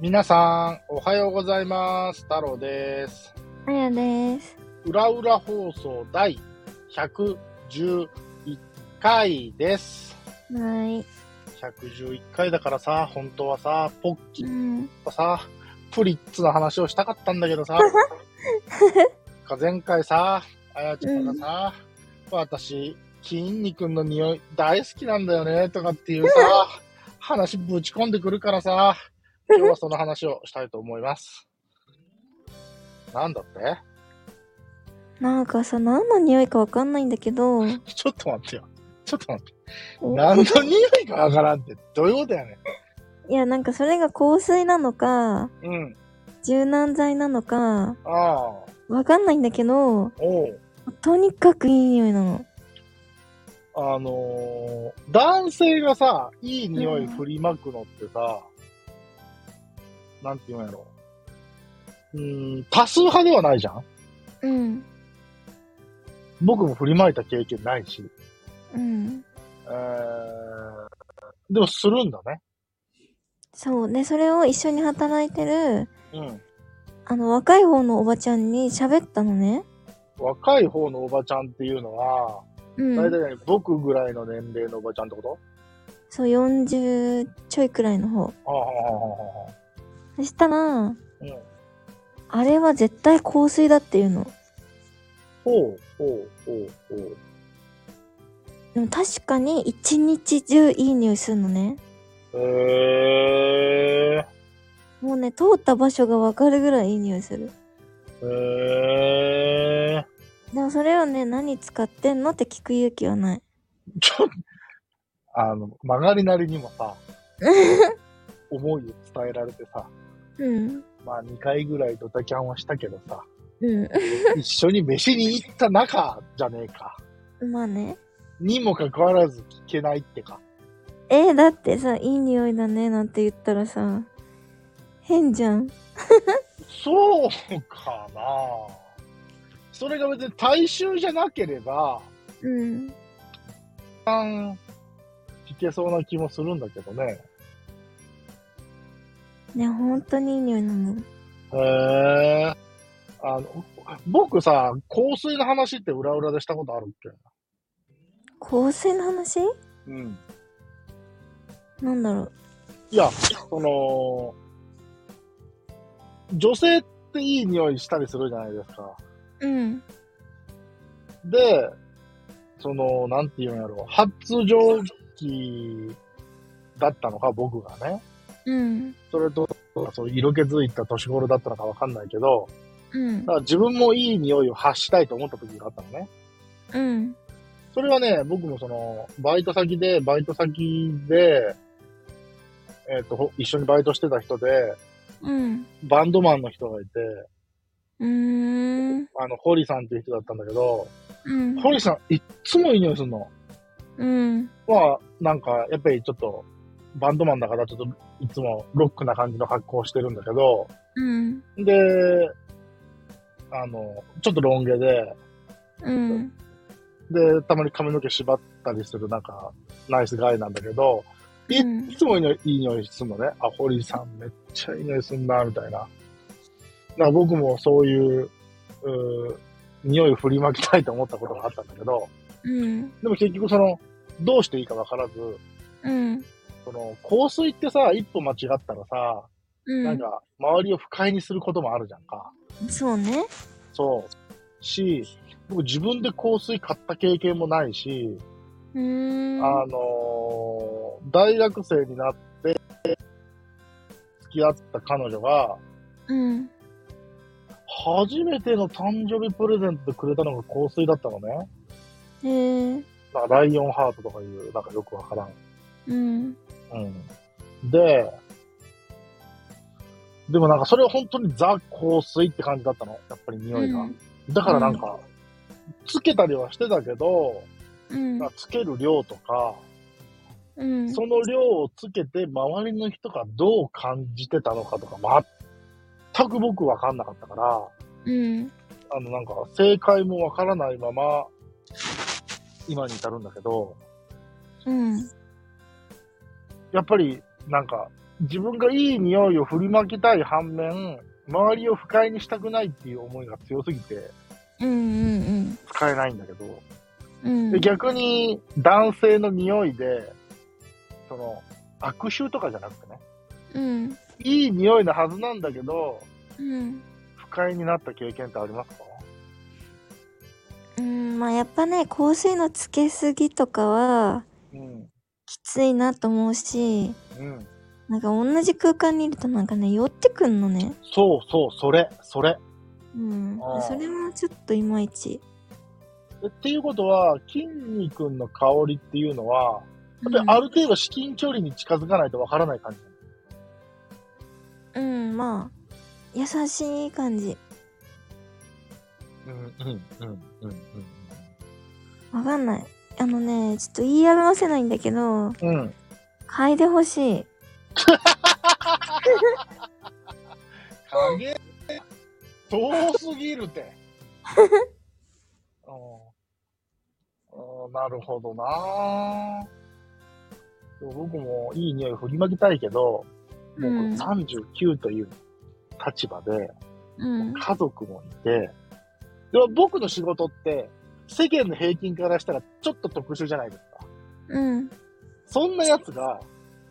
皆さん、おはようございます。太郎です。あやです。裏裏放送第111回です。はい。 111回だからさ、本当はさ、ポッキうーん。とかさ、プリッツの話をしたかったんだけどさ、か前回さ、あやちゃんがさ、私、筋肉の匂い大好きなんだよね、とかっていうさ、話ぶち込んでくるからさ、今日はその話をしたいと思います。なんだってなんかさ、何の匂いかわかんないんだけど。ちょっと待ってよ。ちょっと待って。お何の匂いかわからんって、どういうことやねいや、なんかそれが香水なのか、ん。うん。柔軟剤なのか、ああ、わかんないんだけど、おう。とにかくいい匂いなの。あのー男性がさ、いい匂い振りまくのってさ、なんていうんやろ。うーん、多数派ではないじゃんうん。僕も振りまいた経験ないし。うん。えー、でもするんだね。そう。で、それを一緒に働いてる、うん。あの、若い方のおばちゃんに喋ったのね。若い方のおばちゃんっていうのは、う大体ん。ね僕ぐらいの年齢のおばちゃんってことそう、40ちょいくらいの方。ああ、はあはあはあそしたら、うん。あれは絶対香水だっていうの。ほう、ほう、ほう、ほう。でも確かに一日中いい匂いするのね。へえもうね、通った場所がわかるぐらいいい匂いする。ー、へえー。でもそれをね、何使ってんのって聞く勇気はない。ちょっと、あの、曲がりなりにもさ、思いを伝えられてさ、うん。まあ2回ぐらいドタキャンはしたけどさ、う一緒に飯に行った仲じゃねえか。ん。まあね。にもかかわらず聞けないってか。えー、だってさ、いい匂いだねなんて言ったらさ、変じゃん。そうかなそれが別に大衆じゃなければ、うん。一旦聞けそうな気もするんだけどね。ね、本当にいい匂いなの。へえ。あの、僕さ、香水の話って裏裏でしたことあるっけ香水の話うん。なんだろう。いや、その、女性っていい匂いしたりするじゃないですか。うん。で、その、なんていうんやろう、発情期だったのか、僕がね。うん。それと、そう色気づいた年頃だったのかわかんないけど、うんだか。ら自分もいい匂いを発したいと思った時があったのね。うん。それはね、僕もその、バイト先で、バイト先で、えっ、と、ほ一緒にバイトしてた人で、うん。バンドマンの人がいて、うーん。あの、ホリさんっていう人だったんだけど、うん。ホリさん、いっつもいい匂いするの。うん。まあ、なんか、やっぱりちょっと、バンドマンだから、ちょっと、いつもロックな感じの発行してるんだけど、うん。で、あの、ちょっとロン毛で、うん。で、たまに髪の毛縛ったりする、なんか、ナイスガイなんだけど、いうんいつもいい匂いいい匂いするのね。あ、ホリさん、めっちゃいい匂いするな、みたいな。だから僕もそういう、うー匂いを振りまきたいと思ったことがあったんだけど、うん。でも結局その、どうしていいかわからず、うん。その、香水ってさ、一歩間違ったらさ、うん。なんか、周りを不快にすることもあるじゃんか。そうね。そう。し、僕自分で香水買った経験もないし、うーん。あのー大学生になって、付き合った彼女が、うん。初めての誕生日プレゼントでくれたのが香水だったのね。へえ。なんかライオンハートとかいう、なんかよくわからんうん。うん。で、でもなんかそれは本当にザ香水って感じだったの。やっぱり匂いが。うんだからなんか、つけたりはしてたけど、うんまあ。つける量とか、うん。その量をつけて周りの人がどう感じてたのかとか、全く僕わかんなかったから、うん。あのなんか正解もわからないまま、今に至るんだけど、うん。やっぱりなんか自分がいい匂いを振りまきたい反面、周りを不快にしたくないっていう思いが強すぎてうんうん使えないんだけど、うん。うでん。逆に男性の匂いで、その悪臭とかじゃなくてね、うん。いい匂いのはずなんだけど、うん。不快になった経験ってありますかうん。まあやっぱね、香水のつけすぎとかは、うん。きついなと思うし、うん。なんか同じ空間にいるとなんかね、寄ってくんのね。そうそう、それ、それ。うんあー。それはちょっといまいち。えっていうことは、筋肉の香りっていうのは、やっぱりうんある程度至近距離に近づかないとわからない感じ。うん、まあ、優しい感じ。うんうんうんうんわかんない。あのね、ちょっと言い表せないんだけど、うん。うん。嗅いでほしい。影遠すぎ るて。うんうんなるほどなでも僕もいい匂い振りまきたいけど、僕うん39という立場で、うん。家族もいて、でも僕の仕事って、世間の平均からしたらちょっと特殊じゃないですか。うん。そんなやつが、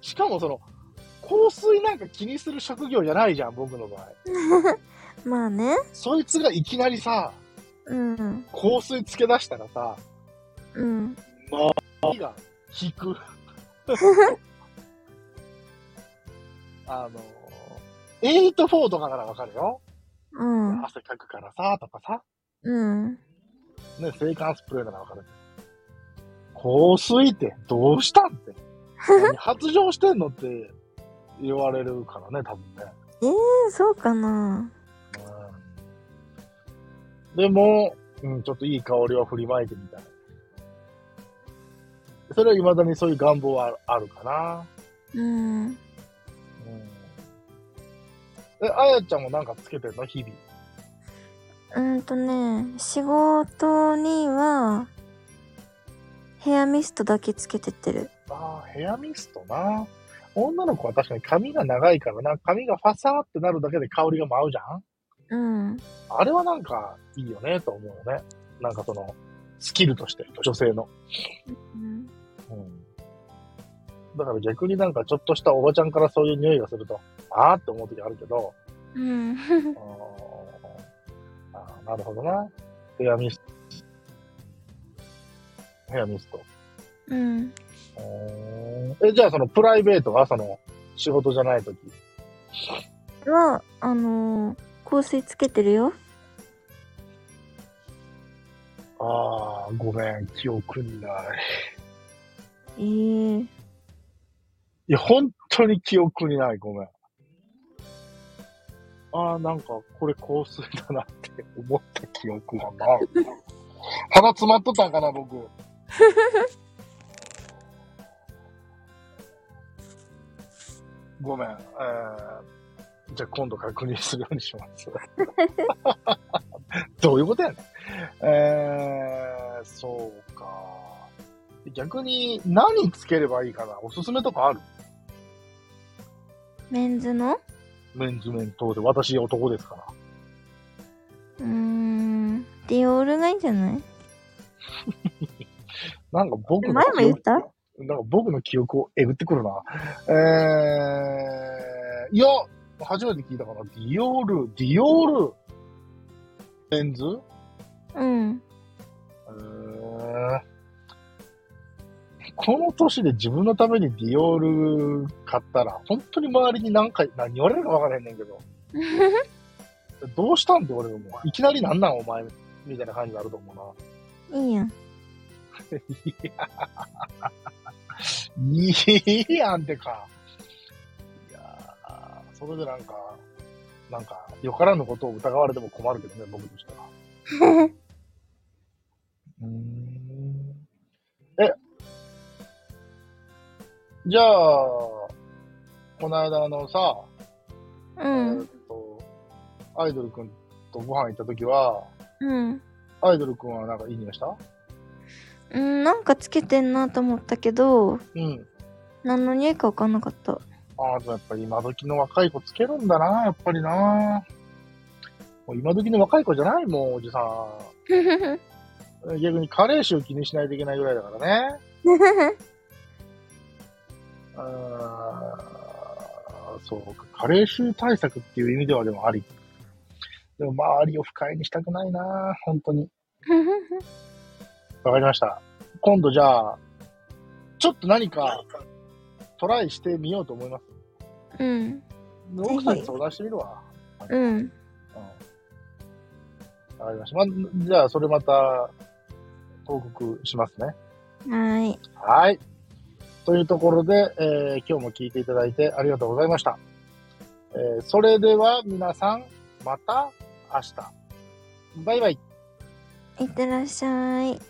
しかもその、香水なんか気にする職業じゃないじゃん、僕の場合。まあね。そいつがいきなりさ、うん。香水つけ出したらさ、うん。火が引く。あの、84とかならわかるよ。うん。汗かくからさ、とかさ。うん。ね、制汗スプレーならわかるけど。香水ってどうしたんって。何発情してんのって言われるからね、多分ね。えそうかなうんでも、うん、ちょっといい香りを振りまいてみたい。それは未だにそういう願望はあるかな。うん。うん、え、あやちゃんもなんかつけてんの日々。うんとね、仕事には、ヘアミストだけつけてってる。ああ、ヘアミストな。女の子は確かに髪が長いからな、髪がファサーってなるだけで香りが舞うじゃんうん。あれはなんかいいよね、と思うよね。なんかその、スキルとして、女性の。うんうんだから逆になんかちょっとしたおばちゃんからそういう匂いがすると、あーって思う時あるけど、うあん。ーあーなるほどな。ヘアミスト。ヘアミスト。うん。うーんえ、じゃあそのプライベートはその仕事じゃない時。は、あのー香水つけてるよ。ああ、ごめん、記憶にない。ええいや、本当に記憶にない、ごめん。ああ、なんか、これ香水だなって思った記憶がない。鼻詰まっとったんかな、僕。 ごめん。えー、じゃあ今度確認するようにします。 どういうことやねん。えー、そうか。逆に何つければいいかなおすすめとかあるメンズのメンズメントで。私男ですから。うーん。ディオールがいいんじゃないなんか僕の前も言った記憶なんか僕の記憶をえぐってくるな。えー、いや、初めて聞いたかな。ディオール、ディオール、メンズうん。えーこの年で自分のためにディオール買ったら、本当に周りに何回、何言われるか分からへんねんけど、どうしたんって俺もう、いきなりなんなんお前、みたいな感じになると思うな。いいやん。いいやんってか。いやーそれでなんか、なんか、よからぬことを疑われても困るけどね、僕としては。うーん。え、じゃあ、この間あのさ、 うえーっん。と、アイドルくんとご飯行った時は、うん。アイドルくんはなんかいい匂いしたうん、なんかつけてんなと思ったけど、うん。何の匂いかわかんなかった。ああ、でもやっぱり今時の若い子つけるんだな、やっぱりな。もう今時の若い子じゃないもん、おじさん。逆に加齢臭気にしないといけないぐらいだからね。うーんそうか、加齢臭対策っていう意味ではでもあり。でも周りを不快にしたくないな、本当に。わかりました。今度じゃあ、ちょっと何かトライしてみようと思います。うん。奥さんに相談してみるわ。うん。うんわかりました。ま、じゃあ、それまた、報告しますね。はい。はい。というところで、えー今日も聞いていただいてありがとうございました。えーそれでは皆さん、また明日。バイバイ。いってらっしゃい。